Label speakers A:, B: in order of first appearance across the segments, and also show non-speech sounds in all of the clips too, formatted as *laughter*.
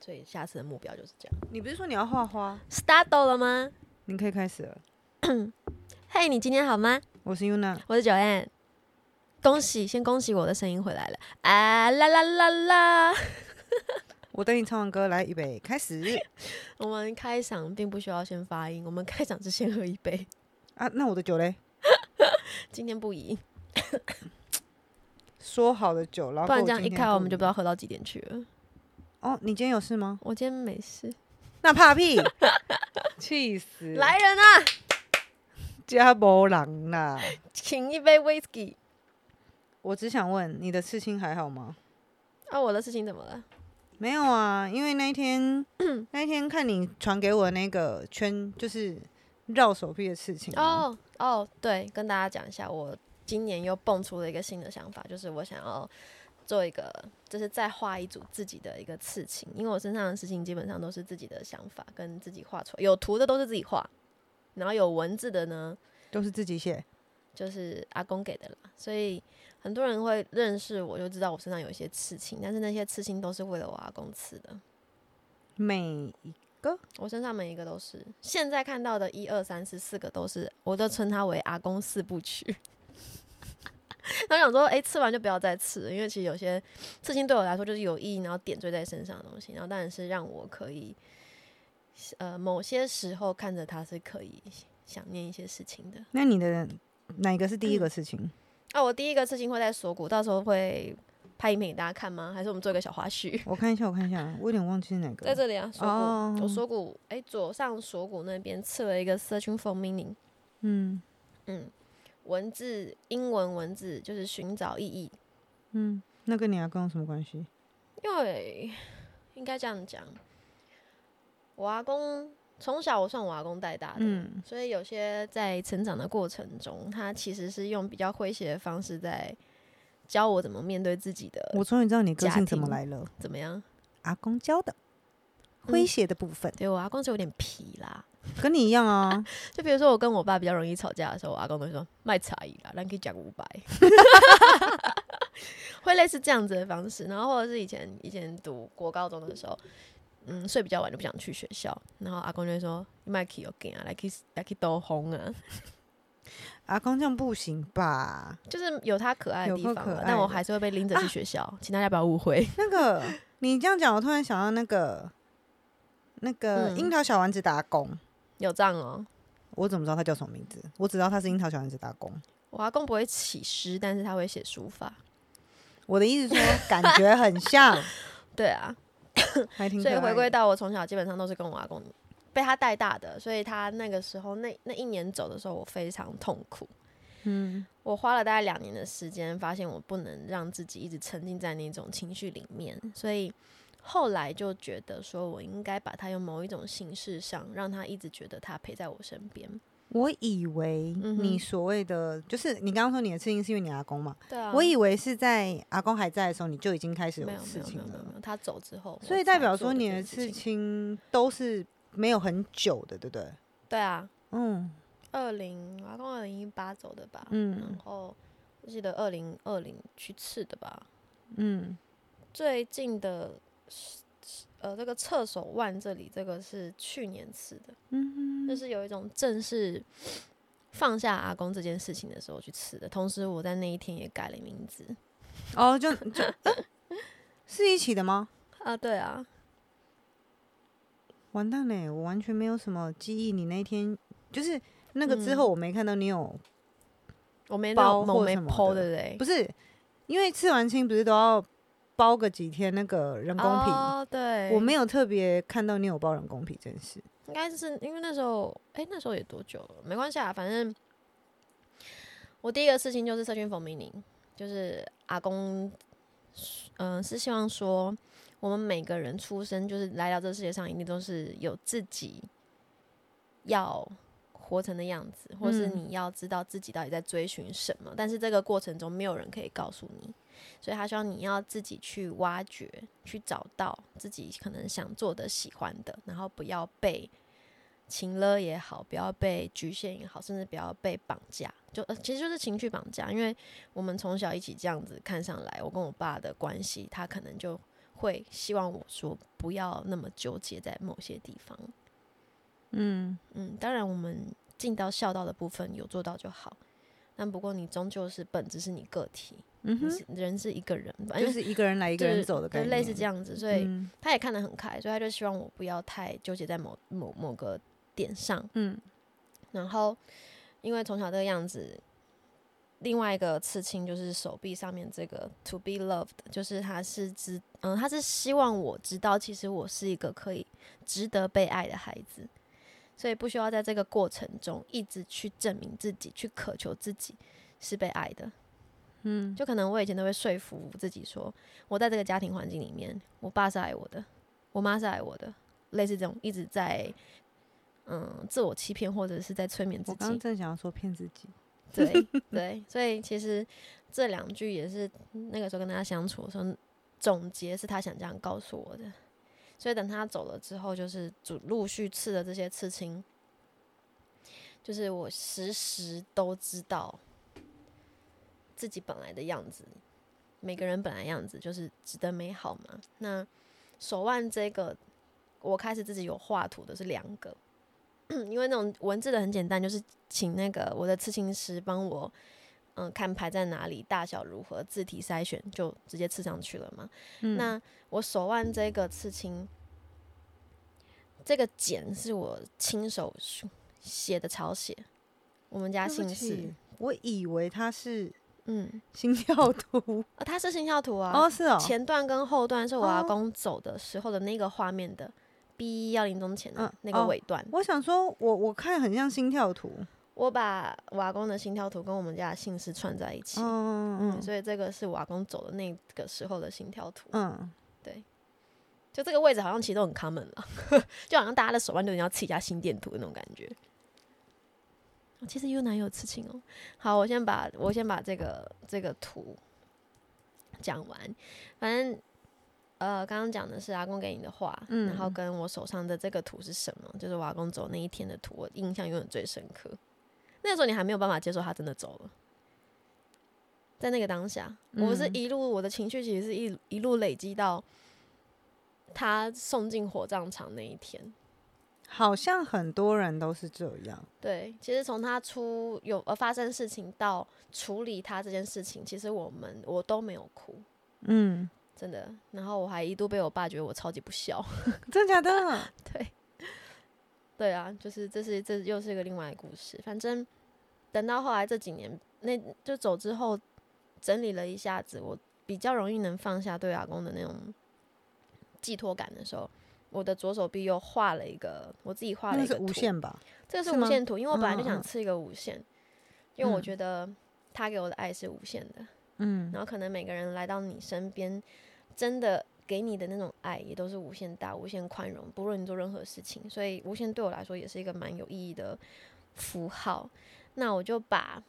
A: 所以下次的目标就是这样。
B: 你不是说你要画花？
A: Start 了吗？
B: 你可以开始了。
A: 嘿、你今天好吗？
B: 我是 Yuna，
A: 我是九 N，恭喜，先恭喜我的声音回来了啊啦啦啦啦！ *laughs*
B: 我等你唱完歌，来，预备，开始
A: 我们开场并不需要先发音，我们开场是先喝一杯， *laughs*
B: 啊！那我的酒嘞？
A: 今天不宜，
B: 说好的酒，然后
A: 不然这
B: 跟
A: 样一
B: 今天
A: 开我们就不知
B: 录
A: 道喝到几点去了。
B: 哦，你今天有事吗？
A: 我今天没事。
B: 那怕屁， *laughs* 气死！，
A: 来人啊，
B: 家无人啦。
A: 请一杯 whisky。
B: 我只想问，你的刺青还好吗？
A: 啊，我的事情怎么了？
B: 没有啊，因为那
A: *coughs*
B: 一天那一天看你传给我的那个圈，就是绕手臂的刺青啊。
A: 哦哦，对，跟大家讲一下，我今年又蹦出了一个新的想法，就是我想要做一个，就是再画一组自己的一个刺青，因为我身上的事情基本上都是自己的想法跟自己画出来，有图的都是自己画，然后有文字的呢，
B: 都是自己写。
A: 就是阿公给的啦，所以很多人会认识我，就知道我身上有一些刺青，但是那些刺青都是为了我阿公刺的，
B: 每一
A: 我身上每一个都是，现在看到的一二三四四个都是，我都称它为阿公四部曲。 *laughs* 然后想说，哎、吃完就不要再吃了，因为其实有些刺青对我来说就是有意义，然后点缀在身上的东西，然后当然是让我可以，呃，某些时候看着它是可以想念一些事情的。
B: 那你的哪一个是第
A: *coughs*
B: 一个事情？
A: 啊，我第一个刺青会在锁骨，到时候会拍影片给大家看吗？还是我们做一个小花絮？ *laughs*
B: 我看一下，我看一下，我有点忘记是哪个。
A: 在这里啊，锁骨，
B: 哦
A: 我锁骨，哎、左上锁骨那边刺了一个 searching for meaning，
B: 嗯
A: 嗯，文字英文文字就是寻找意义，
B: 嗯，那跟你阿公有什么关系？
A: 因为应该这样讲，我阿公从小我算我阿公带大的，
B: 嗯
A: 所以有些在成长的过程中，他其实是用比较诙谐的方式在教我怎么面对自己的，
B: 我终于知道你个
A: 呃家
B: 性怎
A: 庭
B: 么来了。
A: 怎么样？
B: 阿公教的诙谐的部
A: *laughs*
B: 分，
A: 对我阿公是有点皮啦，
B: 跟你一样啊。
A: 就比如说我跟我爸比较容易吵架的时候，我阿公都会说卖茶叶啦，咱可以讲
B: *laughs*
A: 五百， *laughs* 会类似这样子的方式。然后或者是以前以前读国高中的时候，嗯，睡比较晚就不想去学校，然后阿公就会说你卖去有给啊，来去来去兜风啊，
B: 阿公这样不行吧？
A: 就是有他可爱的地方
B: 有够
A: 啊、
B: 可爱的啊
A: 但我还是会被拎着去学校，请大家不要误会。 *laughs*
B: 那个你这样讲，我突然想到那个那个
A: 嗯
B: 樱桃小丸子的阿公，
A: 有这样哦，
B: 我怎么知道他叫什么名字？我只知道他是樱桃小丸子的阿公。
A: 我阿公不会起诗，但是他会写书法。
B: 我的意思说，感觉很
A: *laughs*
B: 像，
A: 对啊，
B: 还挺可
A: 所以
B: 爱
A: 回归
B: 的。
A: 到我从小基本上都是跟我阿公被他带大的，所以他那个时候那那一年走的时候，我非常痛苦。
B: 嗯，
A: 我花了大概两年的时间，发现我不能让自己一直沉浸在那种情绪里面，所以后来就觉得说我应该把他用某一种形式上，让他一直觉得他陪在我身边。
B: 我以为
A: 嗯哼
B: 你所谓的、就是你刚刚说你的刺青是因为你阿公嘛？
A: 对啊，
B: 我以为是在阿公还在的时候你就已经开始
A: 没有没
B: 刺
A: 有没
B: 青
A: 有没有没
B: 了，
A: 有，他走之后，
B: 所以
A: 我
B: 代
A: 才
B: 表
A: 做
B: 说
A: 这
B: 你
A: 件
B: 的
A: 事
B: 刺
A: 情
B: 青都是没有很久的，对不对？
A: 对啊，
B: 嗯
A: 二零我阿公二零一八走的吧，
B: 嗯
A: 然后我记得二零二零去刺的吧，
B: 嗯，
A: 最近的是是呃这个侧手腕这里，这个是去年刺的，嗯，就是有一种正式 *coughs* 放下阿公这件事情的时候去刺的。同时，我在那一天也改了名字
B: 哦，就
A: *laughs*
B: 就、呃是一起的吗？
A: 啊，对啊，
B: 完蛋嘞，我完全没有什么记忆。你那天就是那个之
A: 嗯
B: 后，我没看到你有，
A: 我没
B: 包
A: 那
B: 或
A: 我没
B: 什么
A: 剖
B: 的
A: 对不对？
B: 不是因为刺完青不是都要包个几天那个人工皮？
A: 哦，对，
B: 我没有特别看到你有包人工皮这件事。
A: 应该是因为那时候，哎、那时候也多久了？没关系啊，反正我第一个事情就是社群粉命令，就是阿公，嗯、是希望说我们每个人出生就是来到这世界上，一定都是有自己要活成的样子，或是
B: 嗯
A: 你要知道自己到底在追寻什么，但是这个过程中没有人可以告诉你，所以他希望你要自己去挖掘，去找到自己可能想做的、喜欢的，然后不要被情勒也好，不要被局限也好，甚至不要被绑架，就、呃、其实就是情绪绑架。因为我们从小一起这样子看上来，我跟我爸的关系，他可能就会希望我说不要那么纠结在某些地方。
B: 嗯，
A: 嗯，当然我们尽到孝道的部分有做到就好。但不过你终究是本质是你个体，
B: 嗯
A: 你
B: 哼，
A: 是人是一个人，反
B: 就
A: 正
B: 是一个人
A: *laughs*
B: 来一个人走的
A: 对
B: 概念，
A: 类似这样子，所以
B: 嗯
A: 他也看得很开，所以他就希望我不要太纠结在某某某个点上。
B: 嗯
A: 然后因为从小这个样子，另外一个刺青就是手臂上面这个 “to be loved”，就是他是知，嗯，他是希望我知道，其实我是一个可以值得被爱的孩子，所以不需要在这个过程中一直去证明自己，去渴求自己是被爱的。
B: 嗯，
A: 就可能我以前都会说服自己说，我在这个家庭环境里面，我爸是爱我的，我妈是爱我的，类似这种一直在嗯自我欺骗或者是在催眠自
B: 我刚刚
A: 己。
B: 正想要说骗自己，
A: 对 *laughs* 对，所以其实这两句也是那个时候跟他相处的时候总结，是他想这样告诉我的。所以等他走了之后，就是主陆续刺的这些刺青，就是我时时都知道自己本来的样子，每个人本来样子就是值得美好嘛。那手腕这个，我开始自己有画图的是两个， *clears throat* 因为那种文字的很简单，就是请那个我的刺青师帮我，嗯、看牌在哪里，大小如何，字体筛选，就直接刺上去了嘛。
B: 嗯
A: 那我手腕这个刺青，这个茧是我亲手写的草写，我们家
B: 对
A: 姓
B: 不
A: 氏
B: 起，，我以为他是
A: 嗯，
B: 心
A: *laughs*
B: 跳图，
A: 啊，它是心跳图啊，
B: 哦，是哦，
A: 前段跟后段是我阿
B: 哦
A: 公走的时候的那个画面的 B 幺零中前的
B: 嗯
A: 那个
B: 哦
A: 尾段，
B: 我想说我我看很像心跳图，
A: 我把我阿公的心跳图跟我们家的姓氏串在一起。
B: 嗯嗯
A: 所以这个是我阿公走的那个时候的心跳图，
B: 嗯，
A: 就这个位置好像其实都很 common 了， *laughs* 就好像大家的手腕都一定要刺一下心电图的那种感觉。哦其实 U 男也有刺青哦。好，我先把我先把这个这个图讲完，反正。呃，刚刚讲的是阿公给你的画，然后
B: 嗯
A: 跟我手上的这个图是什么？就是我阿公走那一天的图，我印象永远最深刻。那个时候你还没有办法接受他真的走了，在那个当下，我是
B: 嗯
A: 一路我的情绪其实是一一路累积到他送进火葬场那一天。
B: 好像很多人都是这样，
A: 对，其实从他出有呃发生事情到处理他这件事情，其实我们我都没有哭，
B: 嗯，
A: 真的。然后我还一度被我爸觉得我超级不孝。 *laughs*
B: 真假的，
A: 对，对啊，就是这是这又是一个另外的故事。反正等到后来这几年，那就走之后，整理了一下子，我比较容易能放下对阿公的那种寄托感的时候，我的左手臂又画了一个，我自己画了
B: 那
A: 一个
B: 是无
A: 图
B: 限吧？
A: 这个是
B: 是
A: 无
B: 吗
A: 限图，因为我本来就
B: 嗯嗯
A: 想
B: 嗯
A: 吃一个无限，因为我
B: 嗯
A: 觉得他给我的爱是无限的。
B: 嗯
A: 然后可能每个人来到你身边，真的给你的那种爱也都是无限大、无限宽容，不论你做任何事情，所以无限对我来说也是一个蛮有意义的符号。那我就把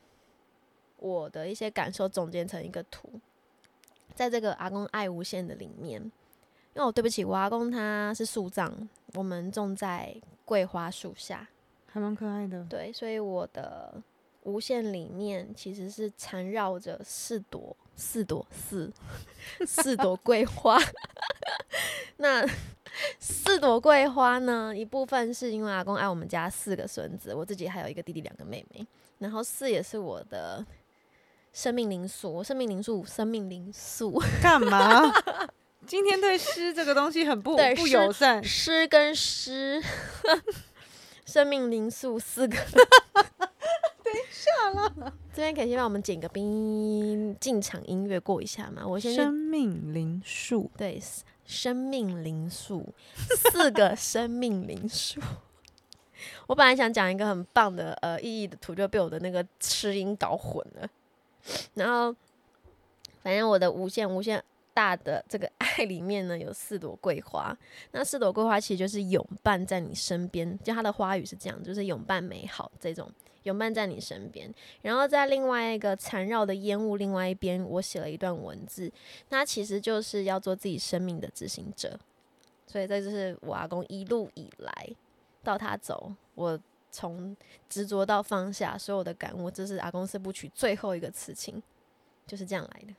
A: 我的一些感受总结成一个图，在这个阿公爱无限的里面，因为我对不起我阿公他是树葬，我们种在桂花树下，
B: 还蛮可爱的，
A: 对，所以我的无限里面其实是缠绕着四朵、四朵、四 *laughs* 四朵桂花。 *laughs* 那四朵桂花呢，一部分是因为阿公爱我们家四个孙子，我自己还有一个弟弟、两个妹妹，然后四也是我的。生命灵数，我生命灵数，生命灵数，
B: 干嘛？ *laughs* 今天对诗这个东西很不
A: 对
B: 不
A: 诗
B: 友善，
A: 诗跟诗， *laughs* 生命灵数四个。等一下啦，这边可以先让我们剪个冰进场音乐过一下嘛？我先去
B: 生命灵数，
A: 对生命灵数四个生命灵数。 *laughs* 我本来想讲一个很棒的呃意义的图，就被我的那个吃音搞混了。然后，反正我的无限无限大的这个爱里面呢，有四朵桂花。那四朵桂花其实就是永伴在你身边，就它的花语是这样，就是永伴美好这种永伴在你身边。然后在另外一个缠绕的烟雾另外一边，我写了一段文字，那其实就是要做自己生命的执行者。所以这就是我阿公一路以来到他走，我从执着到放下所有的感悟，这是阿公四部曲最后一个刺青，就是这样来的。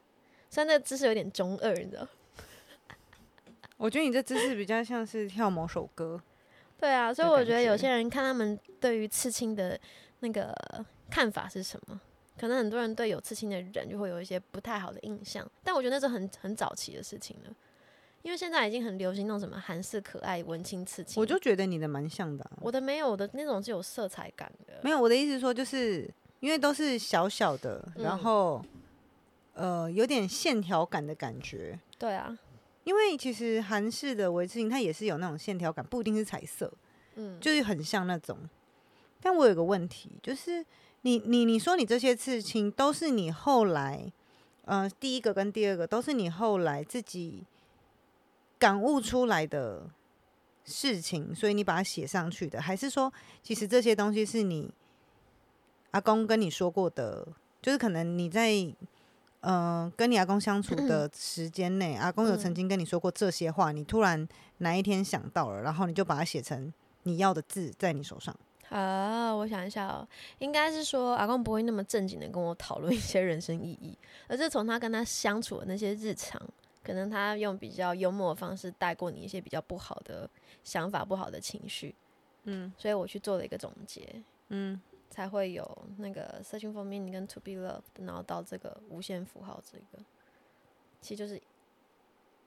A: 虽然这个姿势有点中二，你知道，
B: 我觉得你这姿势比较像是跳某首歌，
A: 对啊，所以
B: 的
A: 我
B: 感
A: 觉得有
B: 觉
A: 些人看他们对于刺青的那个看法是什么，可能很多人对有刺青的人就会有一些不太好的印象，但我觉得那是很很早期的事情了，因为现在已经很流行那种什么韩式可爱文青刺青，
B: 我就觉得你的蛮像的啊、
A: 我的没有我的那种是有色彩感的，
B: 没有，我的意思是说，就是因为都是小小的，
A: 嗯
B: 然后、呃有点线条感的感觉。
A: 对啊，
B: 因为其实韩式的维持型它也是有那种线条感，不一定是彩色，
A: 嗯，
B: 就是很像那种。但我有个问题，就是你你你说你这些刺青都是你后来，呃，第一个跟第二个都是你后来自己感悟出来的事情，所以你把它写上去的，还是说其实这些东西是你阿公跟你说过的，就是可能你在。呃，跟你阿公相处的
A: *clears throat*
B: 时间内，阿公有曾
A: 嗯
B: 经跟你说过这些话，你突然哪一天想到了，然后你就把它写成你要的字在你手上。
A: 啊，我想一下哦，应该是说阿公不会那么正经的跟我讨论一些人生意义，而是从他跟他相处的那些日常，可能他用比较幽默的方式带过你一些比较不好的想法、不好的情绪，
B: 嗯
A: 所以我去做了一个总结，
B: 嗯，
A: 才会有那个 searching for meaning 跟 to be loved，然后到这个无限符号这个，其实就是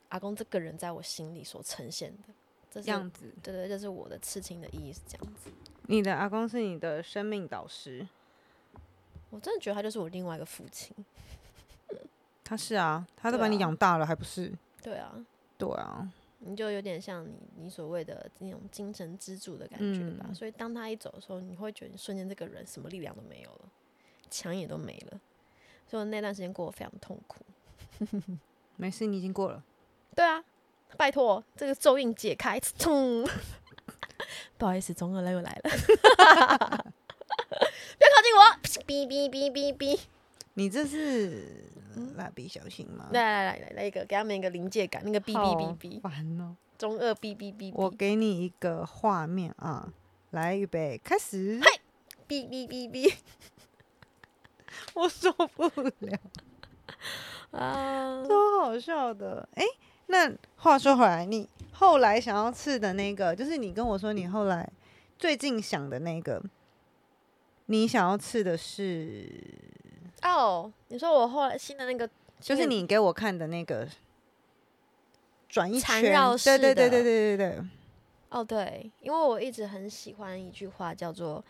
A: 阿公这个人在我心里所呈现的，这是
B: 样子。
A: 对对，这是我的刺青的意义是这样子。
B: 你的阿公是你的生命导师，
A: 我真的觉得他就是我另外一个父亲。
B: 他是啊，他都
A: 对
B: 把你
A: 啊
B: 养大了，还不是？
A: 对啊，
B: 对啊，
A: 你就有点像你你所谓的那种精神支柱的感觉吧。
B: 嗯
A: 所以当他一走的时候，你会觉得你瞬间这个人什么力量都没有了，墙也都没了。所以我那段时间过得非常痛苦。
B: 没事，你已经过了。
A: 对啊，拜托，这个咒印解开，冲！ *laughs* 不好意思，中二了又来了，不要 *laughs* 靠近我！哔哔哔哔哔，
B: 你这是蜡笔小新吗？
A: 来来来来来一个，给他们一个临界感，那个哔哔哔哔，
B: 烦哦！
A: 中二哔哔哔
B: 我
A: 哔
B: 给你一个画面啊，来，预备，开始。
A: 哔哔哔哔
B: *laughs* 我受不
A: 嗯
B: 了，
A: 啊！
B: 超好笑的。哎、那话说回来，你后来想要刺的那个，就是你跟我说你后来最近想的那个，你想要刺的是
A: 哦，你说我后来新的那个，
B: 就是你给我看的那个转一
A: 缠
B: 圈，
A: 绕
B: 对
A: 式
B: 对
A: 的
B: 对对对对对，
A: 哦，对，因为我一直很喜欢一句话，叫做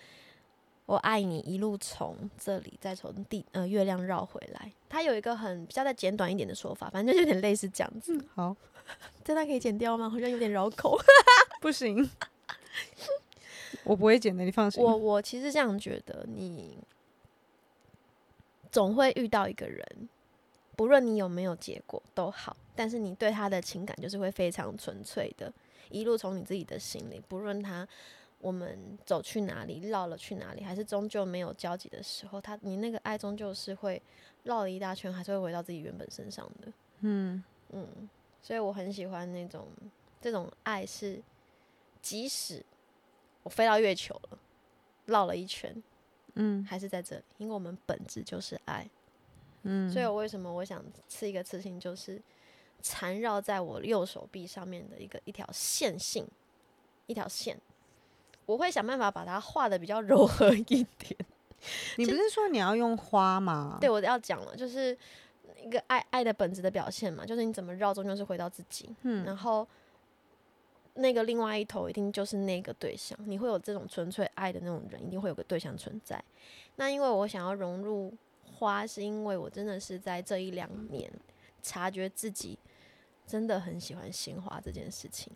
A: “我爱你”，一路从这里再从地呃月亮绕回来。它有一个很比较再简短一点的说法，反正就有点类似这样子。
B: 好，
A: 这段可以剪掉吗？好像有点绕口。*laughs*
B: 不行，我不会剪的，你放心。
A: 我我其实这样觉得，你总会遇到一个人，不论你有没有结果都好，但是你对他的情感就是会非常纯粹的，一路从你自己的心里，不论他我们走去哪里，绕了去哪里，还是终究没有交集的时候，他你那个爱终究是会绕了一大圈，还是会回到自己原本身上的。
B: 嗯，
A: 嗯，所以我很喜欢那种这种爱是，即使我飞到月球了，绕了一圈，
B: 嗯
A: 还是在这里，因为我们本质就是爱。
B: 嗯，
A: 所以我为什么我想刺一个刺青，就是缠绕在我右手臂上面的一个一条线性，一条线。我会想办法把它画的比较柔和一点。
B: 你不是说你要用花吗？
A: 对，我要讲了，就是一个爱爱的本质的表现嘛，就是你怎么绕，终究是回到自己。
B: 嗯
A: 然后那个另外一头一定就是那个对象，你会有这种纯粹爱的那种人，一定会有个对象存在。那因为我想要融入花，是因为我真的是在这一两年察觉自己真的很喜欢鲜花这件事情。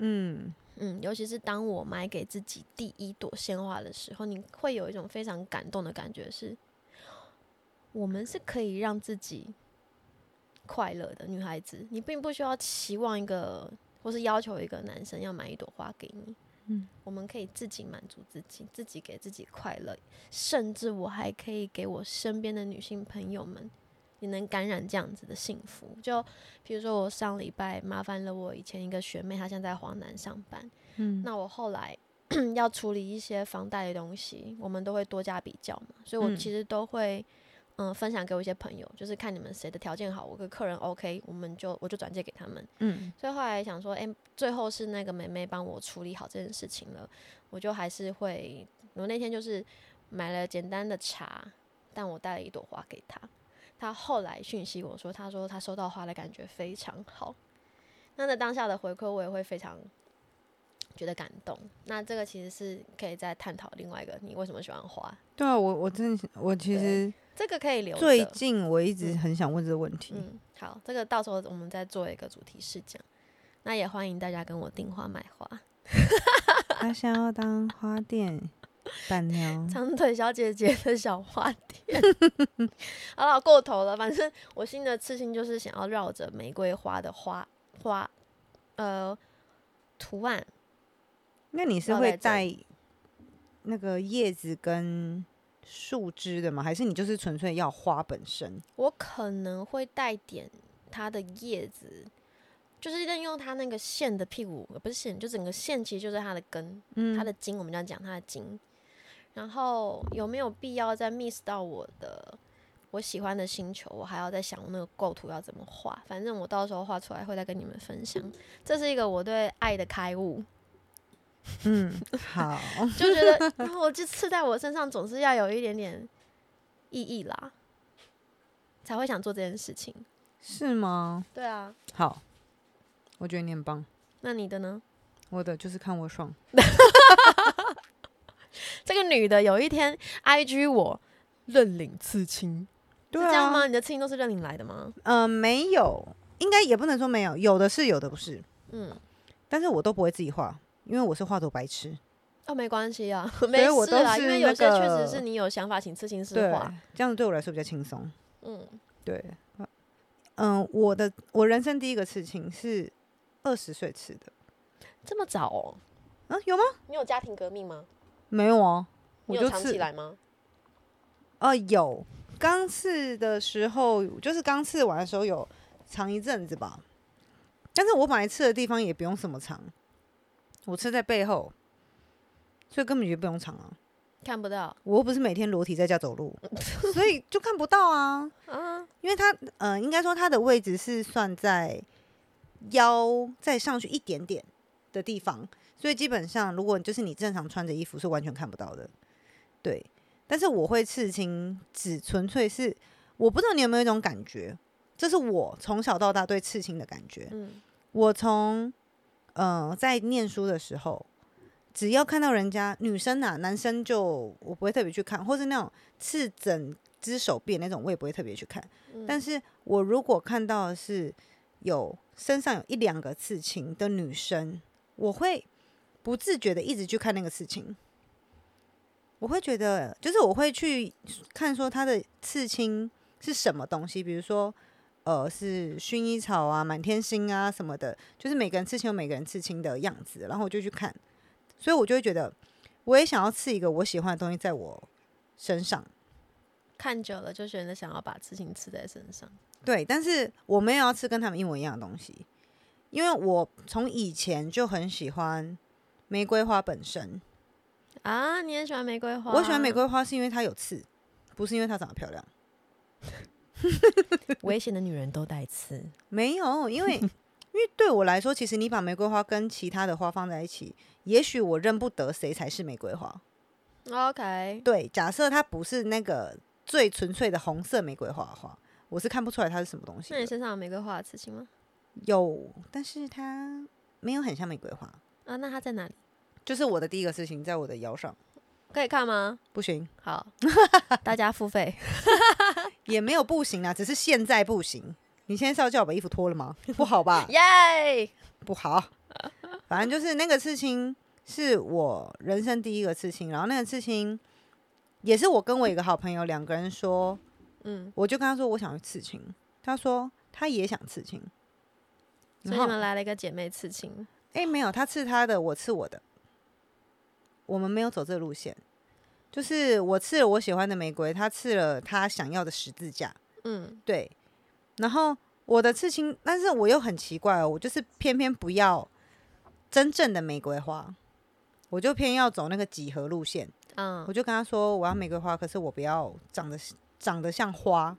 B: 嗯，
A: 嗯，尤其是当我买给自己第一朵鲜花的时候，你会有一种非常感动的感觉是，我们是可以让自己快乐的女孩子，你并不需要期望一个或是要求一个男生要买一朵花给你。
B: 嗯，
A: 我们可以自己满足自己，自己给自己快乐，甚至我还可以给我身边的女性朋友们，也能感染这样子的幸福。就比如说，我上礼拜麻烦了我以前一个学妹，她现在在华南上班，
B: 嗯
A: 那我后来 *clears throat* 要处理一些房贷的东西，我们都会多加比较嘛，所以我
B: 嗯
A: 其实都会嗯、分享给我一些朋友，就是看你们谁的条件好，我跟客人 OK，我们就我就转借给他们。
B: 嗯，
A: 所以后来想说，哎、最后是那个妹妹帮我处理好这件事情了，我就还是会，我那天就是买了简单的茶，但我带了一朵花给她。她后来讯息我说，她说她收到花的感觉非常好。那在当下的回馈，我也会非常觉得感动。那这个其实是可以再探讨另外一个，你为什么喜欢花？
B: 对啊，我我真的是我其实
A: 这个可以留
B: 最
A: 着。
B: 近我一直很想问这个问题，
A: 嗯，好，这个到时候我们再做一个主题试讲。那也欢迎大家跟我订花买花。
B: 他想要当花店伴娘，
A: 长腿小姐姐的小花店。好了，过头了。反正我新的刺青就是想要绕着玫瑰花的花花呃图案，
B: 那你是
A: 要来
B: 会
A: 这
B: 带那个叶子跟树枝的吗？还是你就是纯粹要花本
A: *laughs*
B: 身？
A: 我可能会带点它的叶子，就是利用它那个线的屁股，呃不是线，就整个线其实就是它的根，
B: 嗯
A: 它的茎，我们这样讲它的茎。然后有没有必要再 miss 到我的我喜欢的星球？我还要再想我那个构图要怎么画。反正我到时候画出来会再跟你们分享。这是一个我对爱的开悟，
B: 嗯，好，
A: 就觉 *laughs* 得然后我就刺在我身上，总是要有一点点意义啦，才会想做这件事情。
B: 是吗？
A: 对啊，
B: 好，我觉得你很棒。
A: 那你的呢？
B: 我的就是看我爽，
A: 这个女的有一天 IG 我认领刺青，
B: 对
A: 是这样
B: 啊，
A: 吗？你的刺青都是认领来的吗？
B: 呃，没有，应该也不能说没有，有的是，有的不是，
A: 嗯，
B: 但是我都不会自己画，因为我是画图白痴。
A: 哦，没关系啊， *laughs* 没
B: 以我
A: 事
B: 都
A: 啦，
B: 是
A: 因为有
B: 那
A: 些确
B: 个
A: 实是你有想法，请刺青师
B: 对
A: 画。，
B: 这样对我来说比较轻松。
A: 嗯， *laughs*
B: 对，嗯、我的我人生第一个刺青是二十岁刺的，
A: 这么早哦？
B: 嗯、有吗？
A: 你有家庭革命吗？
B: 没有啊，我
A: 你
B: 就
A: 有藏
B: 刺
A: 起来吗？
B: 呃，有刚刺的时候，就是刚刺完的时候有藏一阵子吧。但是我本来刺的地方也不用什么藏，我刺在背后，所以根本就不用藏啊。
A: 看不到
B: 我又不是每天裸体在家走路，所以就看不到啊。
A: 啊？
B: 因为它，呃，应该说它的位置是算在腰再上去一点点的地方，所以基本上如果就是你正常穿着衣服是完全看不到的。对，但是我会刺青，只纯粹是我不知道你有没有一种感觉，这是我从小到大对刺青的感觉。
A: 嗯，
B: 我从呃在念书的时候，只要看到人家女生啊，男生就我不会特别去看，或是那种刺整只手臂的那种，我也不会特别去看。
A: 嗯
B: 但是我如果看到的是有身上有一两个刺青的女生，我会不自觉的一直去看那个刺青。我会觉得，就是我会去看说她的刺青是什么东西，比如说，呃，是薰衣草啊、满天星啊什么的，就是每个人刺青有每个人刺青的样子，然后我就去看，所以我就会觉得，我也想要刺一个我喜欢的东西在我身上。
A: 看久了就觉得想要把刺青刺在身上。
B: 对，但是我没有要吃跟他们一模一样的东西，因为我从以前就很喜欢玫瑰花本身。
A: 啊，你也喜欢玫瑰花？
B: 我喜欢玫瑰花是因为它有刺，不是因为它长得漂亮。
A: *laughs* 危险的女人都带刺。
B: 没有，因为因为对我来说，其实你把玫瑰花跟其他的花放在一起，也许我认不得谁才是玫瑰花。
A: *laughs* OK，
B: 对，假设它不是那个最纯粹的红色玫瑰花的话，我是看不出来它是什么东西
A: 那你
B: 的。
A: 身上有玫瑰花的刺青吗？
B: 有，但是它没有很像玫瑰花。
A: 啊，那它在哪里？
B: 就是我的第一个事情，在我的腰上
A: 可以看吗？
B: 不行。
A: *laughs* 好，大家付费。
B: 也没有不行啊啦，只是现在不行。你现在是要叫我把衣服脱了吗？不好
A: *laughs*
B: 吧，
A: 耶！
B: 不好。反正就是那个刺青是我人生第一个刺青，然后那个刺青也是我跟我一个好朋友两个人说，
A: 嗯，
B: 我就跟他说我想去刺青，他说他也想刺青，
A: 所
B: 然
A: 以
B: 后
A: 你们来了一个姐妹刺青。
B: 哎、没有，他刺他的，我刺我的，我们没有走这个路线，就是我刺了我喜欢的玫瑰，他刺了他想要的十字架，
A: 嗯，
B: 对，然后我的刺青，但是我又很奇怪、哦，我就是偏偏不要真正的玫瑰花，我就偏要走那个几何路线。
A: 啊、
B: 我就跟他说我要玫瑰花，可是我不要长得长得像花，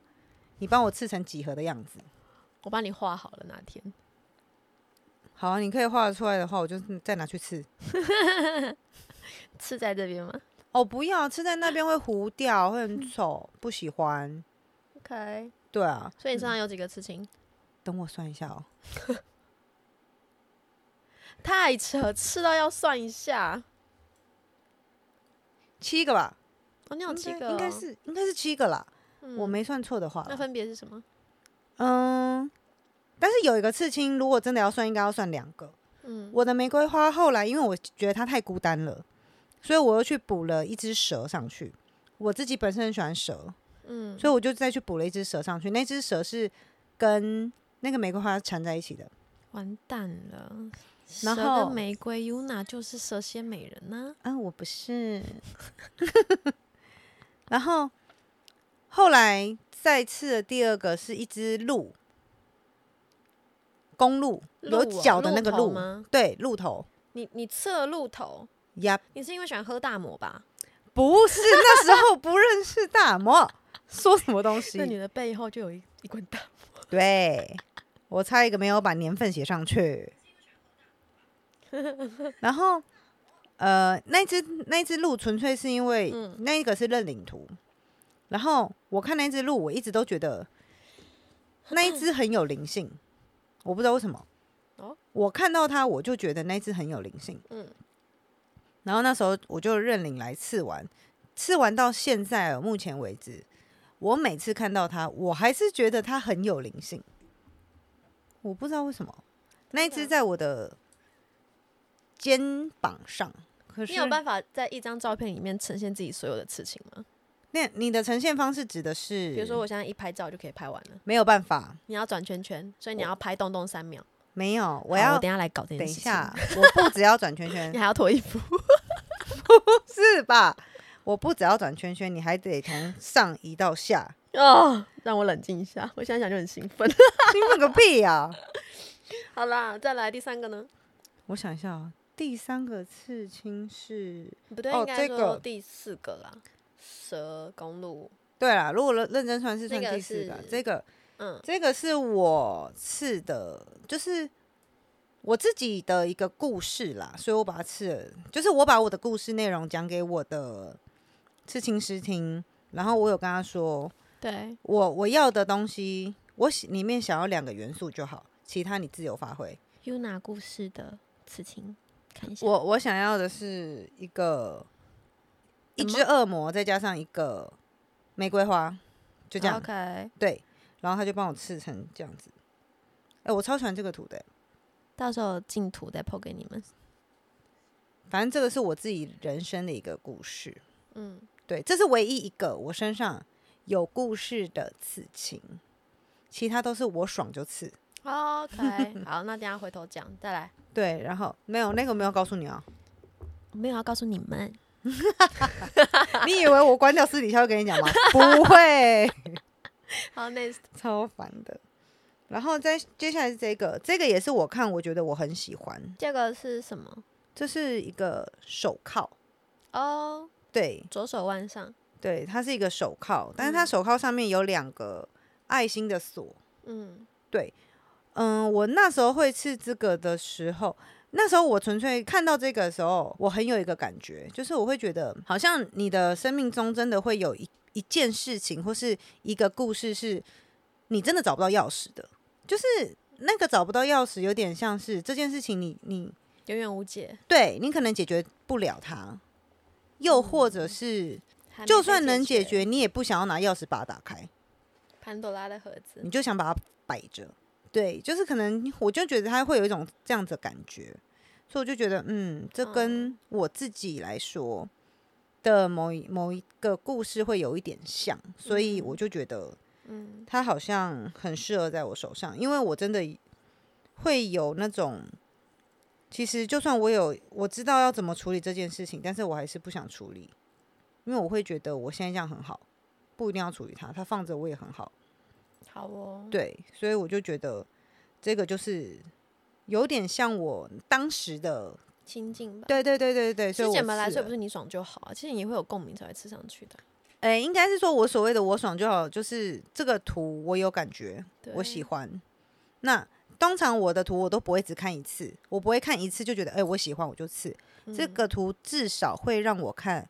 B: 你帮我刺成几何的样子。
A: 我帮你画好了哪天。
B: 好、啊，你可以画得出来的话，我就嗯再拿去刺。
A: 刺在这边吗
B: 哦，不要刺在那边会糊掉，会
A: 嗯
B: 很丑，不喜欢。
A: ？OK，
B: 对啊，
A: 所以你身上有几个刺青？
B: 等我算一下哦。
A: 太扯，刺到要算一下。
B: 七个吧，
A: 哦，你有七
B: 应
A: 个、
B: 该应该、是应该是七个啦，
A: 嗯
B: 我。没算错的话啦。
A: 那分别是什么？
B: 嗯，但是有一个刺青，如果真的要算，应该要算两个。
A: 嗯，
B: 我的玫瑰花后来，因为我觉得它太孤单了，所以我又去补了一只蛇上去。我自己本身很喜欢蛇，
A: 嗯，
B: 所以我就再去补了一只蛇上去。那只蛇是跟那个玫瑰花缠在一起的。
A: 完蛋了。
B: 然
A: 蛇
B: 后
A: 跟玫瑰 Yuna 就是蛇蝎美人呢、
B: 啊，我不是。 *laughs* 然后后来再次的第二个是一只鹿，公鹿有
A: 鹿哦
B: 角的那个
A: 鹿头
B: 鹿，
A: 吗？
B: 对，鹿头。
A: 你你刺了鹿头，
B: 呀，
A: 你是因为喜欢喝大摩吧？
B: 不是那时候不认识大魔，说什么东
A: 那你
B: 西？
A: 的背后就有一一罐大。
B: 对，我差一个没有把年份写上去。然后，呃，那只那只鹿纯粹是因为、
A: 嗯
B: 那一个是认领图，然后我看那只鹿，我一直都觉得那一只很有灵性，我不知道为什么。
A: 哦
B: 我看到它，我就觉得那只很有灵性。
A: 嗯，
B: 然后那时候我就认领来刺完，刺完到现在哦目前为止，我每次看到它，我还是觉得它很有灵性。我不知道为什么，那
A: 啊
B: 一只在我的肩膀上，可是
A: 你有办法在一张照片里面呈现自己所有的刺青吗？
B: 那你的呈现方式指的是，
A: 比如说我现在一拍照就可以拍完了，
B: 没有办法，
A: 你要转圈圈，所以你要拍洞洞三秒。
B: 没有，我
A: 好
B: 要
A: 我等一下来搞这件
B: 等一
A: 事情。
B: 下，我不只要转圈圈
A: 你， *laughs* 还要脱衣服，
B: 是吧？我不只要转圈圈，你还得从上移到下， *laughs*
A: 哦，让我冷静一下，我现在想就很兴奋。 *laughs*
B: 兴奋个屁啊呀、
A: 好啦，再来第三个呢？
B: *laughs* 我想一下啊，第三个刺青是，
A: 不对，
B: 哦
A: 应该
B: 这
A: 说
B: 个
A: 第四个啦。蛇公路，
B: 对啦，如果认认真算是算
A: 那个
B: 第四个，
A: 是
B: 这个
A: 嗯
B: 这个是我刺的，就是我自己的一个故事啦，所以我把它刺了，就是我把我的故事内容讲给我的刺青师听，然后我有跟他说，
A: 对，
B: 我我要的东西，我喜里面想要两个元素就好，其他你自由发挥。
A: Yuna 故事的刺青，看一下。
B: 我我想要的是一个一
A: 什么
B: 只恶魔，再加上一个玫瑰花，就这样。
A: OK，
B: 对，然后他就帮我刺成这样子。哎、我超喜欢这个图的、
A: 到时候进图再 PO 给你们。
B: 反正这个是我自己人生的一个故事。
A: 嗯，
B: 对，这是唯一一个我身上有故事的刺青，其他都是我爽就刺。
A: OK，好，那等一下回头讲，再来。
B: 对，然后没有那个没有告诉你啊，
A: 我没有要告诉你们，
B: 你以为我关掉私底下会跟你讲吗？不会， *laughs*
A: 好，next，
B: 超烦的。然后再接下来是这个，这个也是我看我觉得我很喜欢，
A: 这个是什么？
B: 这是一个手铐，
A: 哦、
B: 对
A: 左手腕上，
B: 对，它是一个手铐，但
A: 嗯
B: 是它手铐上面有两个爱心的锁。
A: 嗯，
B: 嗯，我那时候会刺这个的时候，那时候我纯粹看到这个的时候，我很有一个感觉，就是我会觉得好像你的生命中真的会有一一件事情或是一个故事，是你真的找不到钥匙的，就是那个找不到钥匙，有点像是这件事情你你
A: 永远无解。
B: 对你可能解决不了它，又或者是
A: 嗯还没
B: 就
A: 被
B: 算能
A: 解
B: 解，决，你也不想要拿钥匙把它打开。
A: 潘多拉的盒子
B: 你，就想把它摆着。对，就是可能我就觉得它会有一种这样子的感觉，所以我就觉得，嗯，这
A: 嗯
B: 跟我自己来说的某一某一个故事会有一点像，所以
A: 嗯
B: 我就觉得
A: 嗯，
B: 它好像很适合在我手上，因为我真的会有那种，其实就算我有我知道要怎么处理这件事情，但是我还是不想处理，因为我会觉得我现在这样很好，不一定要处理它，它放着我也很好。
A: 好哦，
B: 对，所以我就觉得这个就是有点像我当时的，
A: 亲近吧。
B: 对对对对对，所以
A: 师
B: 我
A: 姐们来，
B: 试
A: 所以
B: 了
A: 不是你爽就好啊，其实你会有共鸣才会吃上去的。
B: 哎、应该是说我所谓的我爽就好，就是这个图我有感觉，我喜
A: 欢，
B: 欢。那通常我的图我都不会只看一次，我不会看一次就觉得哎、我喜欢我就刺。这
A: 嗯
B: 个图至少会让我看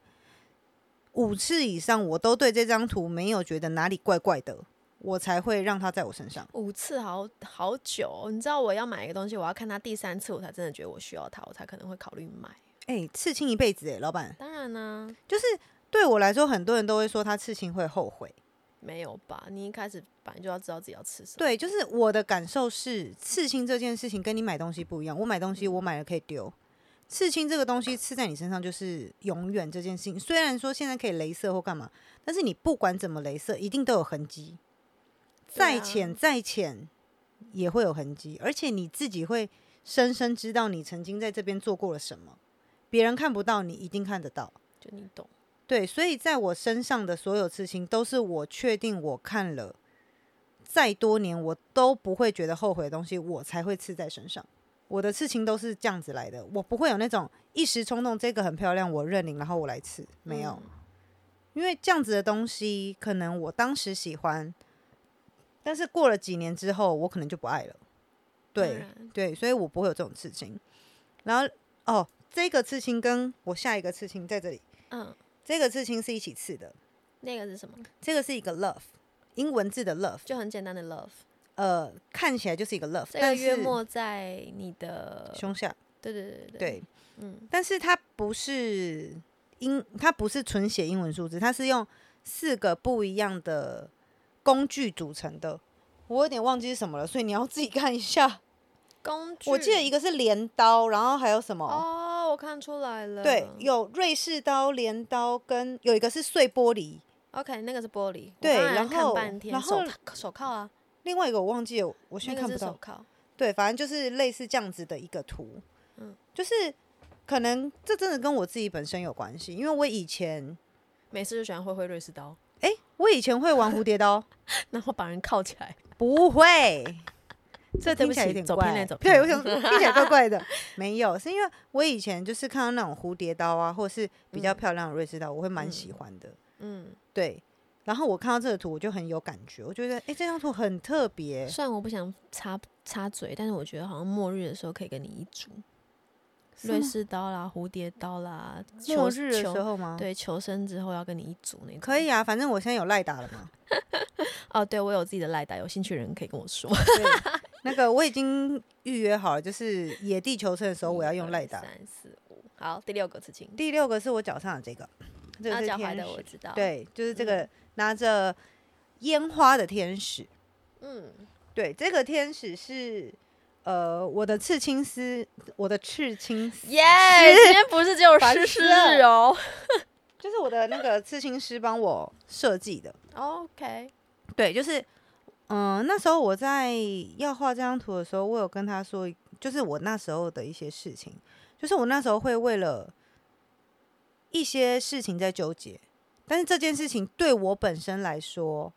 B: 五次以上，我都对这张图没有觉得哪里怪怪的，我才会让它在我身上。
A: 五次好好久哦、你知道我要买一个东西，我要看它第三次，我才真的觉得我需要它，我才可能会考虑买。
B: 哎、刺青一辈子哎、老板，
A: 当然啊呢、
B: 就是对我来说，很多人都会说他刺青会后悔。
A: 没有吧？你一开始本来就要知道自己要吃什么。
B: 对，就是我的感受是，刺青这件事情跟你买东西不一样。我买东西，
A: 嗯
B: 我买了可以丢，刺青这个东西刺在你身上就是永远这件事情。虽然说现在可以镭射或干嘛，但是你不管怎么镭射，一定都有痕迹，
A: 对啊
B: 再浅再浅也会有痕迹，而且你自己会深深知道你曾经在这边做过了什么，别人看不到，你一定看得到。
A: 就你懂。
B: 对，所以在我身上的所有刺青，都是我确定我看了再多年，我都不会觉得后悔的东西，我才会刺在身上。我的刺青都是这样子来的，我不会有那种一时冲动，这个很漂亮，我认领，然后我来刺，没有，
A: 嗯
B: 因为这样子的东西，可能我当时喜欢，但是过了几年之后，我可能就不爱了。对，
A: 当然
B: 对，所以我不会有这种刺青。然后哦，这个刺青跟我下一个刺青在这里，
A: 嗯，
B: 这个刺青是一起刺的，
A: 那个是什么？
B: 这个是一个 love，英文字的 love，
A: 就很简单的 love。
B: 呃，看起来就是一个 love，
A: 这个
B: 但
A: 月
B: 是
A: 末在你的，
B: 胸下
A: 对对对对，
B: 对，
A: 嗯，
B: 但是它不是英，它不是纯写英文数字，它是用四个不一样的工具组成的。我有点忘记是什么了，所以你要自己看
A: *laughs*
B: 一下。
A: 工具。
B: 我记得一个是镰刀，然后还有什么？
A: 哦，我看出来了。
B: 对，有瑞士刀、镰刀跟有一个是碎玻璃，
A: OK，那个是玻璃。我
B: 对
A: 刚才
B: 然
A: 看
B: 后
A: 半天，
B: 然
A: 手
B: 后
A: 铐手铐啊，
B: 另外一个我忘记了，我现
A: 那
B: 在看
A: 个
B: 不
A: 是
B: 到
A: 手。铐。
B: 对，反正就是类似这样子的一个图，
A: 嗯
B: 就是可能这真的跟我自己本身有关系，因为我以前，
A: 每次就喜欢挥挥瑞士 *laughs* 刀，
B: 哎、我以前会玩蝴蝶刀，
A: 然后把人铐起来。
B: *laughs* 不会，这
A: 对
B: 听
A: 不
B: 起来有
A: 起
B: 点
A: 走
B: 怪
A: 偏了
B: 欸，
A: 走
B: 对，
A: 偏
B: 我
A: 了
B: 想说听起来怪怪 *laughs* 的，没有，是因为我以前就是看到那种蝴蝶刀啊，或者是比较
A: 嗯
B: 漂亮的瑞士刀，我会蛮
A: 嗯
B: 喜欢的，
A: *laughs* 嗯，
B: 对。然后我看到这个图，我就很有感觉，我觉得哎、诶这张图很特别，
A: 虽然我不想插插嘴，但是我觉得好像末日的时候可以跟你一组。
B: 是
A: 瑞
B: 吗
A: 士刀啦，蝴蝶刀啦，求
B: 末日的
A: 求
B: 时候吗？，
A: 对，求生之后要跟你一组那种。
B: 可以啊，反正我现在有赖打了嘛，
A: 哦，对我有自己的赖打，有兴趣的人可以跟我说。
B: 对，那个我已经预约好了，就是野地求生的时候我要用赖打。
A: 三四五，好，第六个刺青，
B: 第六个是我脚上的这个，这个
A: 啊
B: 是
A: 脚
B: 天
A: 踝的我
B: 使，
A: 知道。，
B: 对，就是这个拿着烟花的天使。
A: 嗯，
B: 对，这个天使是呃我的刺青师，我的刺青师
A: 耶、今天不是只有
B: 烦
A: 诗
B: 死
A: 诗
B: 了
A: 日哦。
B: 就是我的那个刺青师帮我设计的。
A: OK，
B: 对，就是嗯、呃那时候我在要画这张图的时候，我有跟他说，就是我那时候的一些事情，就是我那时候会为了一些事情在纠结，但是这件事情对我本身来说，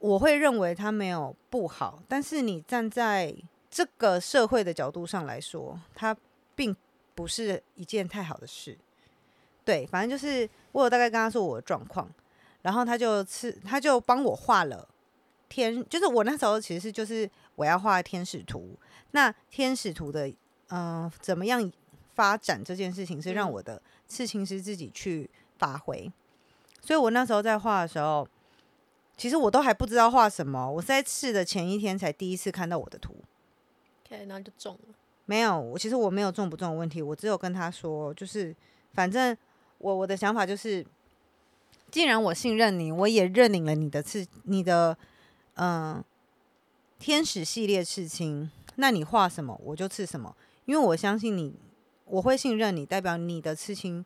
B: 我会认为它没有不好，但是你站在这个社会的角度上来说，它并不是一件太好的事。对，反正就是我有大概跟他说我的状况，然后他就吃，他就帮我画了天，就是我那时候其实就是我要画天使图。那天使图的呃怎么样发展这件事情，是让
A: 嗯
B: 我的刺青师自己去发挥。所以我那时候在画的时候，其实我都还不知道画什么，我是在试的前一天才第一次看到我的图。
A: OK，然后就中了。
B: 没有，我其实我没有中不中的问题，我只有跟他说，就是反正我我的想法就是，既然我信任你，我也认领了你的刺，你的嗯、呃天使系列刺青，那你画什么我就刺什么，因为我相信你，我会信任你，代表你的刺青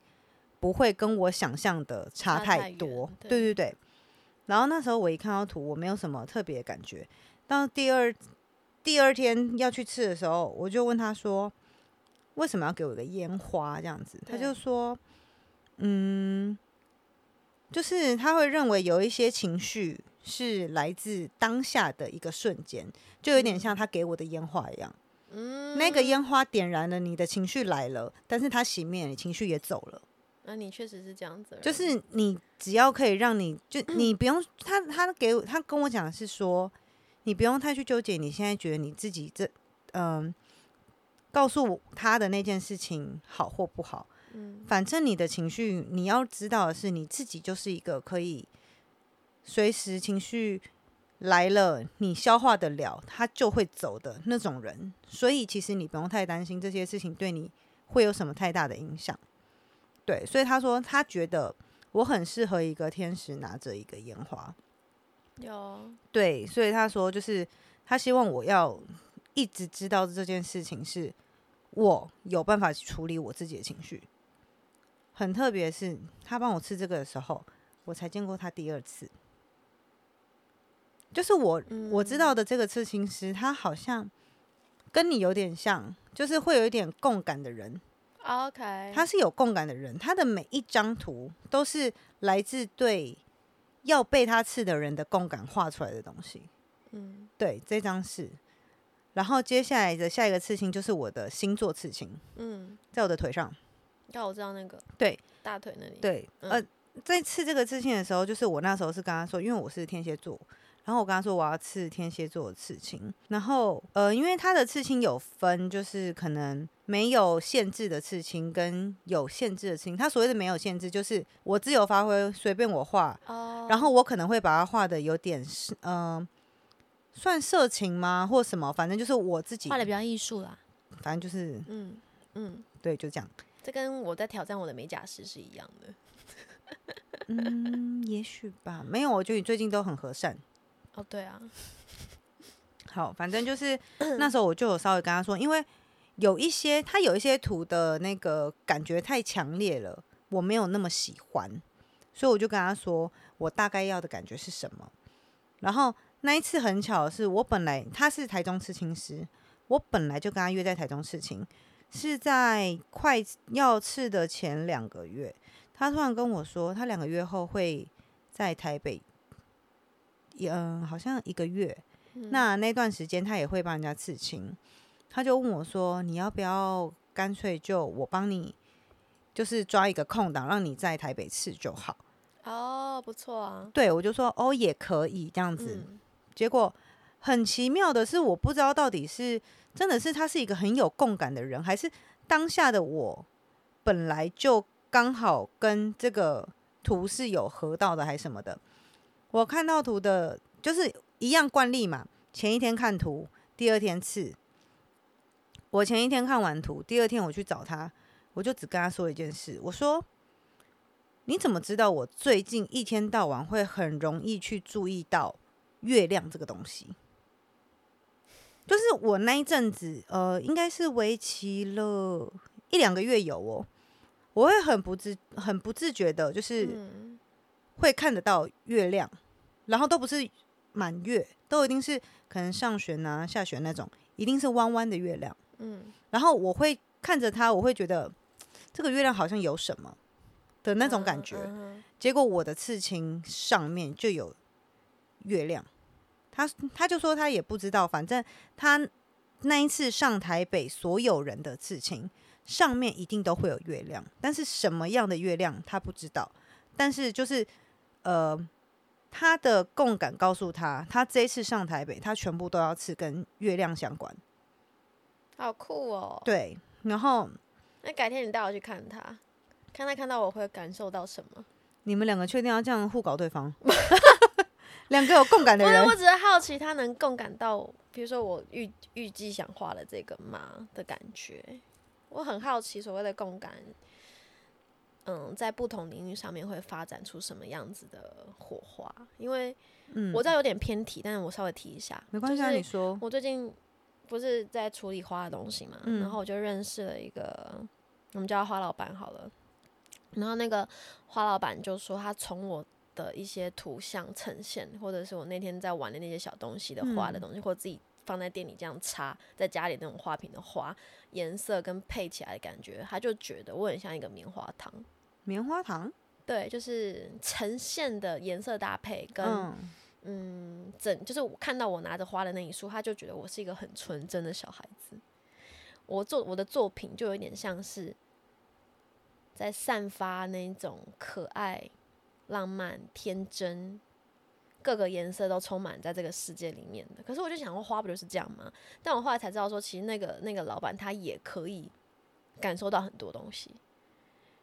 B: 不会跟我想象的差
A: 差太
B: 太
A: 远
B: 多，
A: 对
B: 对对对。然后那时候我一看到图，我没有什么特别的感觉，到第二第二天要去吃的时候，我就问他说：“为什么要给我一个烟花这样子？”他
A: 对
B: 就说：“嗯，就是他会认为有一些情绪是来自当下的一个瞬间，就有点像他给我的烟花一样。
A: 嗯，
B: 那个烟花点燃了你的情绪来了，但是它熄灭了，你情绪也走了。
A: 那、你确实是这样子的人，
B: 就是你只要可以让你就
A: *clears throat*
B: 你不用他他给我他跟我讲的是说，你不用太去纠结你现在觉得你自己这嗯、告诉我他的那件事情好或不好，
A: 嗯
B: 反正你的情绪你要知道的是你自己就是一个可以随时情绪来了你消化得了，他就会走的那种人，所以其实你不用太担心这些事情对你会有什么太大的影响。对，所以他说他觉得我很适合一个天使拿着一个烟花。
A: 有啊
B: 对，所以他说就是他希望我要一直知道这件事情是我有办法处理我自己的情绪。很特别的是，他帮我吃这个的时候，我才见过他第二次。就是我
A: 嗯
B: 我知道的这个刺青师，他好像跟你有点像，就是会有一点共感的人。
A: OK，
B: 他是有共感的人，他的每一张图都是来自对要被他刺的人的共感画出来的东西。
A: 嗯
B: 对，这张是。然后接下来的下一个刺青就是我的星座刺青，
A: 嗯，
B: 在我的腿上。
A: 要我知道那个
B: 对
A: 大腿那里，
B: 对，呃，在刺这个刺青的时候，就是我那时候是跟他说，因为我是天蝎座，然后我跟他说我要刺天蝎座的刺青。然后呃，因为他的刺青有分，就是可能没有限制的刺青跟有限制的刺青。他所谓的没有限制，就是我自由发挥，随便我画，
A: 哦，
B: 然后我可能会把它画的有点是嗯、呃算色情吗，或什么，反正就是我自己
A: 画的比较艺术啦，
B: 反正就是
A: 嗯嗯，
B: 对，就这样。
A: 这跟我在挑战我的美甲师是一样的。
B: 嗯，也许吧，没有，我觉得你最近都很和善。
A: 哦，对啊，
B: 好，反正就是那时候我就有稍微跟他说，因为有一些他有一些图的那个感觉太强烈了，我没有那么喜欢，所以我就跟他说我大概要的感觉是什么。然后那一次很巧的是，我本来他是台中刺青师，我本来就跟他约在台中刺青，是在快要刺的前两个月，他突然跟我说他两个月后会在台北，嗯、好像一个月。
A: 嗯
B: 那那段时间他也会帮人家刺青，他就问我说：“你要不要干脆就我帮你，就是抓一个空档，让你在台北刺就好。
A: 哦，不错啊”，
B: 对我就说：“哦，也可以这样子。
A: 嗯
B: 结果很奇妙的是，我不知道到底是真的是他是一个很有共感的人，还是当下的我本来就刚好跟这个图是有合到的，还是什么的。我看到图的，就是一样惯例嘛，前一天看图，第二天刺。我前一天看完图，第二天我去找他，我就只跟他说一件事，我说：“你怎么知道我最近一天到晚会很容易去注意到月亮这个东西？”就是我那一阵子，呃，应该是为期了一两个月有哦，我会很不自很不自觉的，就是
A: 嗯
B: 会看得到月亮，然后都不是满月，都一定是可能上弦啊、下弦那种，一定是弯弯的月亮。
A: 嗯，
B: 然后我会看着它，我会觉得这个月亮好像有什么的那种感
A: 嗯
B: 觉。
A: 嗯
B: 结果我的刺青上面就有月亮，他他就说他也不知道，反正他那一次上台北，所有人的刺青上面一定都会有月亮，但是什么样的月亮他不知道，但是就是呃，他的共感告诉他，他这一次上台北，他全部都要刺跟月亮相关，
A: 好酷哦。
B: 对，然后
A: 那改天你带我去看他，看他看到我会感受到什么？
B: 你们两个确定要这样互搞对方？ *laughs* 两个有共感
A: 不
B: 的
A: 是，
B: 人
A: 我，只是好奇他能共感到，比如说我预预计想画的这个吗的感觉。我很好奇所谓的共感，嗯，在不同领域上面会发展出什么样子的火花？因为
B: 嗯
A: 我知道有点偏题，但是我稍微提一下，
B: 没关系，啊，
A: 就是
B: 你说。
A: 我最近不是在处理花的东西嘛，
B: 嗯
A: 然后我就认识了一个，我们叫他花老板好了。然后那个花老板就说，他从我的一些图像呈现，或者是我那天在玩的那些小东西的花的
B: 嗯
A: 东西，或者自己放在店里这样插，在家里那种花瓶的花颜色跟配起来的感觉，他就觉得我很像一个棉花糖。
B: 棉花糖，
A: 对，就是呈现的颜色搭配跟
B: 嗯，
A: 嗯，整就是我看到我拿着花的那一束，他就觉得我是一个很纯真的小孩子。我做我的作品就有点像是在散发那一种可爱、浪漫、天真，各个颜色都充满在这个世界里面的。可是我就想说，花不就是这样吗？但我后来才知道说，其实那个那个老板他也可以感受到很多东西。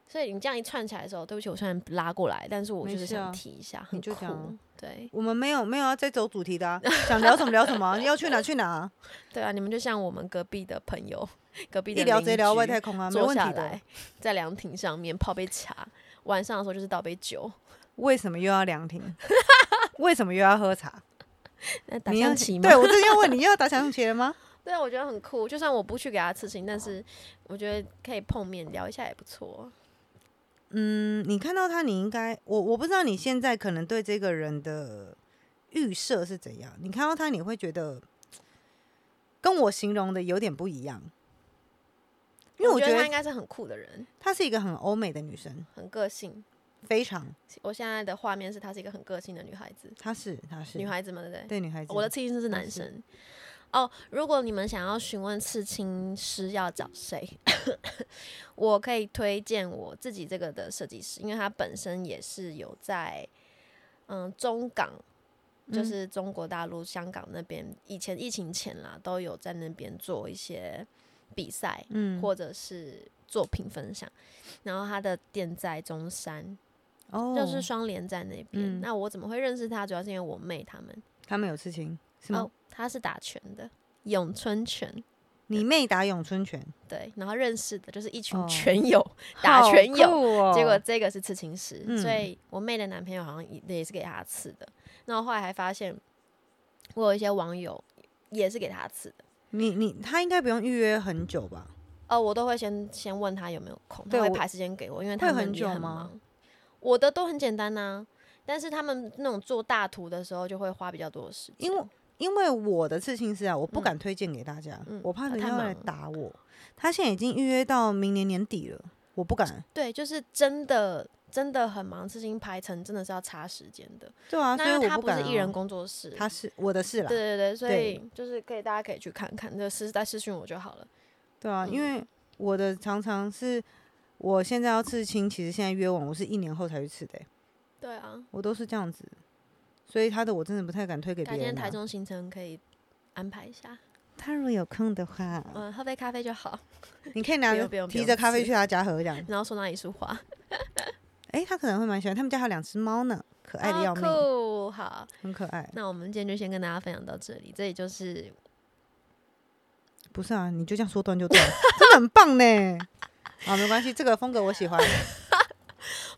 A: 所以你这样一串起来的时候，对不起，我虽然拉过来，但是我就是
B: 没事啊
A: 想提一下，很
B: 你就
A: 酷
B: 讲啊。
A: 对
B: 我们没有没有要再走主题
A: *laughs*
B: 的、啊，想聊什么聊什么啊，要去哪去哪啊，
A: 对啊，你们就像我们隔壁的朋友，隔壁的
B: 一聊
A: 邻
B: 直接聊
A: 居
B: 外太空啊，没
A: 坐
B: 问
A: 下
B: 题的
A: 来。，在凉亭上面泡杯茶，晚上的时候就是倒杯酒，
B: 为什么又要凉亭？ *laughs* 为什么又要喝茶？
A: 那打
B: 你要
A: 象棋吗
B: 对？我正要
A: *laughs*
B: 问你，要打象棋了吗？
A: 对啊，我觉得很酷。就算我不去给他刺青，但是我觉得可以碰面聊一下也不错。
B: 嗯，你看到他，你应该我我不知道你现在可能对这个人的预设是怎样。你看到他，你会觉得跟我形容的有点不一样，因为我
A: 我
B: 觉
A: 他
B: 得
A: 应该是很酷的人，
B: 她是一个很欧美的女生，
A: 很个性。
B: 非常，
A: 我现在的画面是她是一个很个性的女孩子，
B: 她是她是
A: 女孩子嘛，对不对？
B: 对女孩子，
A: 我的刺青师是男
B: 是
A: 生。哦，如果你们想要询问刺青师要找谁，我可以推荐我自己这个的设计师，因为他本身也是有在嗯中港，就
B: 嗯
A: 是中国大陆、香港那边，以前疫情前啦，都有在那边做一些比赛，
B: 嗯
A: 或者是作品分享。然后他的店在中山，
B: 哦，
A: 就是双连在那边。
B: 嗯
A: 那我怎么会认识他？主要是因为我妹他们。
B: 他们有事情是吗？
A: 哦，他是打拳的，咏春拳。
B: 你妹打咏春拳，
A: 对，然后认识的就是一群
B: 哦
A: 拳友， *laughs* 打拳
B: 好
A: 友
B: 酷哦、
A: 结果这个是刺青师，
B: 嗯
A: 所以我妹的男朋友好像也也是给她刺的。那我后来还发现，我有一些网友也是给她刺的。
B: *laughs* 你你他应该不用预约很久吧？
A: 哦，我都会先先问她有没有空，
B: 对
A: 她会
B: 我
A: 排时间给我，因为
B: 会
A: 她们
B: 很
A: 也
B: 久
A: 很
B: 吗
A: 忙。我的都很简单呐、但是他们那种做大图的时候就会花比较多的时间，
B: 因为因为我的事情是啊，我不
A: 嗯
B: 敢推荐给大家，
A: 嗯
B: 我怕
A: 啊
B: 人
A: 太
B: 家会
A: 忙
B: 来
A: 了
B: 打我。他现在已经预约到明年年底了，我不敢。
A: 对，就是真的真的很忙，刺青排程真的是要差时间的。
B: 对啊，所以
A: 那因为
B: 我
A: 他
B: 不
A: 不
B: 敢、
A: 是
B: 啊。
A: 艺人工作室，
B: 他是我的事啦，
A: 对对对，所
B: 对
A: 以就是可以大家可以去看看，就私在私讯我就好了。
B: 对
A: 嗯
B: 啊，因为我的常常是我现在要刺青，其实现在约完我是一年后才去刺的欸、
A: 对啊，
B: 我都是这样子。所以他的我真的不太敢推给别
A: 改天
B: 人、啊
A: 台。中行程可以安排一下，
B: 他如果有空的话，
A: 嗯，喝杯咖啡就好，
B: 你可以拿
A: 不
B: 着
A: 用不用不
B: 提
A: 用
B: 着咖啡
A: 吃
B: 去他家喝这样。
A: 然后送他一束花，
B: 哎、他可能会蛮喜欢，他们家还有两只猫呢，可爱的
A: 啊
B: 要命，
A: 酷好，
B: 很可爱。
A: 那我们今天就先跟大家分享到这里，这里就是
B: 不是啊，你就这样说断就断，真的很棒呢。啊，没关系，这个风格我喜
A: *laughs*
B: 欢。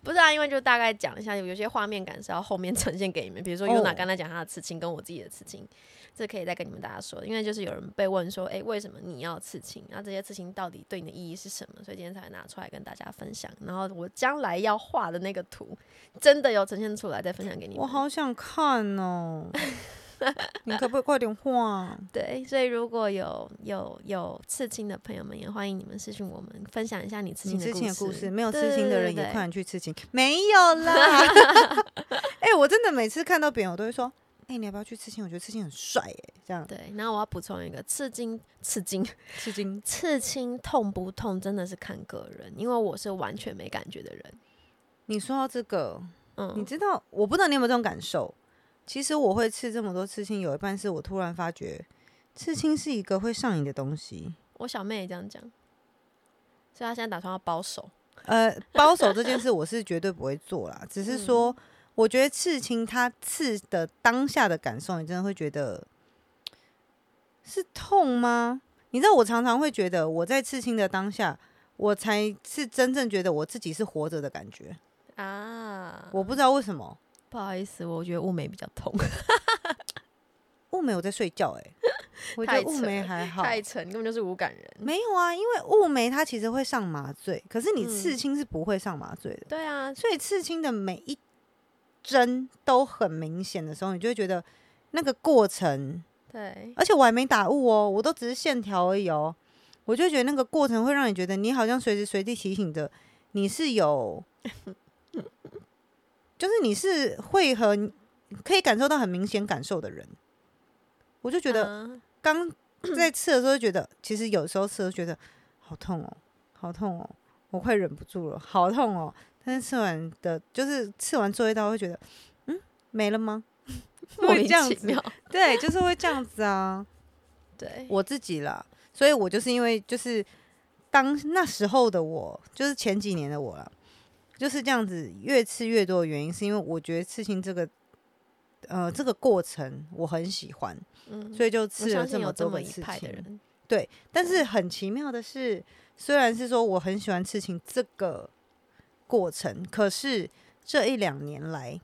A: 不是啊，因为就大概讲一下，有有些画面感是要后面呈现给你们，比如说
B: 哦
A: Yuna 刚才讲她的刺青跟我自己的刺青，这可以再跟你们大家说，因为就是有人被问说，诶，为什么你要刺青？啊然后这些刺青到底对你的意义是什么？所以今天才拿出来跟大家分享。然后我将来要画的那个图，真的有呈现出来，再分享给你们。
B: 我好想看哦，你可不可以快点画？
A: 对，所以如果有有有刺青的朋友们，也欢迎你们私讯我们，分享一下 *laughs* 你刺
B: 你
A: 青的
B: 刺
A: 故
B: 青
A: 事。
B: 的故事，没有
A: 对
B: 刺青的人
A: 对
B: 也
A: 对
B: 快点去刺青。没有啦， *laughs* 哎、我真的每次看到别人，我都会说，哎、你要不要去刺青？我觉得刺青很帅哎、这样
A: 对，然后我要补充一个刺青，刺青，
B: 刺青
A: 刺青痛不痛真的是看个人，因为我是完全没感觉的人。
B: 你说到这个，你
A: 嗯，
B: 知道，我不知道你有没有这种感受。其实我会刺这么多刺青，有一半是我突然发觉，刺青是一个会上瘾的东西。
A: 我小妹也这样讲，所以她现在打算要包手。
B: 呃，包手这件事我是绝对不会做啦，只是说，
A: 嗯
B: 我觉得刺青它刺的当下的感受，你真的会觉得是痛吗？你知道，我常常会觉得我在刺青的当下，我才是真正觉得我自己是活着的感觉。
A: 啊，
B: 我不知道为什么，
A: 不好意思，我觉得雾眉比较痛，
B: 雾眉我在睡觉哎、我觉
A: 太
B: 得雾
A: 扯
B: 眉
A: 了
B: 还好，
A: 太沉，根本就是无感人。
B: 没有啊，因为雾眉它其实会上麻醉，可是你
A: 嗯
B: 刺青是不会上麻醉的，
A: 对啊，
B: 所以刺青的每一针都很明显的时候，你就会觉得那个过程，
A: *laughs* 对，
B: 而且我还没打雾哦，我都只是线条而已哦，我就觉得那个过程会让你觉得你好像随时随地提醒着你是有，就是你是会很可以感受到很明显感受的人，我就觉得
A: 啊 *clears throat*
B: 刚在吃的时候就觉得，其实有时候吃的觉得好痛哦，好痛哦，我快忍不住了，好痛哦！但是吃完的，就是吃完最后一道会觉得，嗯，没了吗？
A: *laughs* 莫
B: 会
A: 名
B: 这样
A: 其
B: 子，
A: 妙。
B: 对，就是会这样子啊。
A: 对，
B: 我自己啦，所以我就是因为就是当那时候的我，就是前几年的我啦，就是这样子越吃越多的原因，是因为我觉得刺青这个呃这个过程我很喜欢，
A: 嗯，
B: 所以就
A: 我
B: 吃了
A: 相
B: 这
A: 信有这
B: 多
A: 么
B: 个
A: 一
B: 刺
A: 派的
B: 青。
A: 人，
B: 但是很奇妙的是，虽然是说我很喜欢刺青这个过程，可是这一两年来，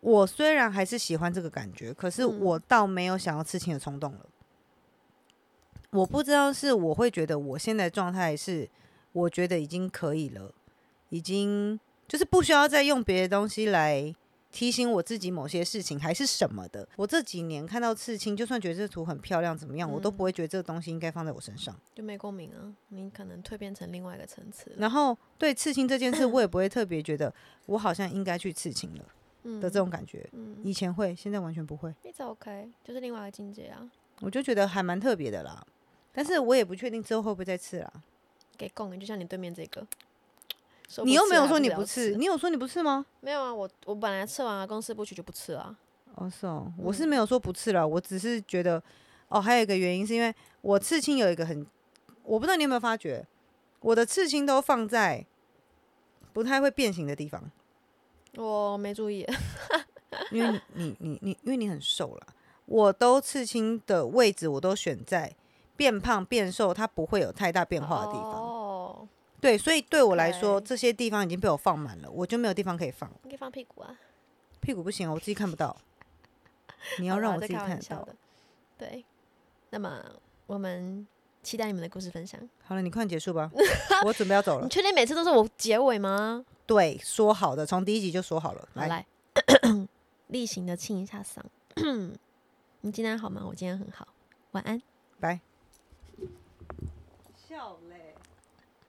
B: 我虽然还是喜欢这个感觉，可是
A: 嗯
B: 我倒没有想要刺青的冲动了。我不知道是我会觉得我现在状态是，我觉得已经可以了，已经就是不需要再用别的东西来提醒我自己某些事情还是什么的。我这几年看到刺青，就算觉得这图很漂亮怎么样，我都
A: 嗯
B: 不会觉得这个东西应该放在我身上。
A: 就没共鸣啊，你可能蜕变成另外一个层次了。
B: 然后对刺青这件事，我也不会特别觉得我好像应该去刺青了
A: 嗯
B: 的这种感觉。
A: 嗯
B: 以前会，现在完全不会，
A: ，it's OK，就是另外一个境界啊，
B: 我就觉得还蛮特别的啦。但是我也不确定之后会不会再刺啦。
A: 给共鸣，就像你对面这个。说
B: 你
A: 不
B: 又
A: 吃
B: 没有
A: 还
B: 说你
A: 聊
B: 不刺，
A: 吃
B: 你有说你不刺吗？
A: 没有啊，我我本来吃完啊，公司不许就不吃啊。
B: 哦，是哦，我是
A: 嗯
B: 没有说不刺了，我只是觉得，哦，还有一个原因是因为我刺青有一个很，我不知道你有没有发觉，我的刺青都放在不太会变形的地方，
A: 我没注意，
B: 因为你你你你，因为你很瘦啦，我都刺青的位置我都选在变胖变瘦它不会有太大变化的地方，
A: 哦，
B: 对，所以对我来说
A: OK
B: 这些地方已经被我放满了，我就没有地方可以放，
A: 你可以放屁股啊。
B: 屁股不行，哦我自己看不到，你要
A: 好啦
B: 让我
A: 这
B: 自己
A: 开玩
B: 看得
A: 笑
B: 到，
A: 的。对，那么我们期待你们的故事分享。
B: 好了，你快结束
A: *laughs*
B: 吧，我准备要走了
A: 你。确定每次都是我结尾吗？
B: 对，说好的，从第一集就说好了。
A: 好
B: 来， *coughs*
A: 来，例行的清一下嗓。 *coughs* 你今天好吗？我今天很好，晚安。
B: 拜。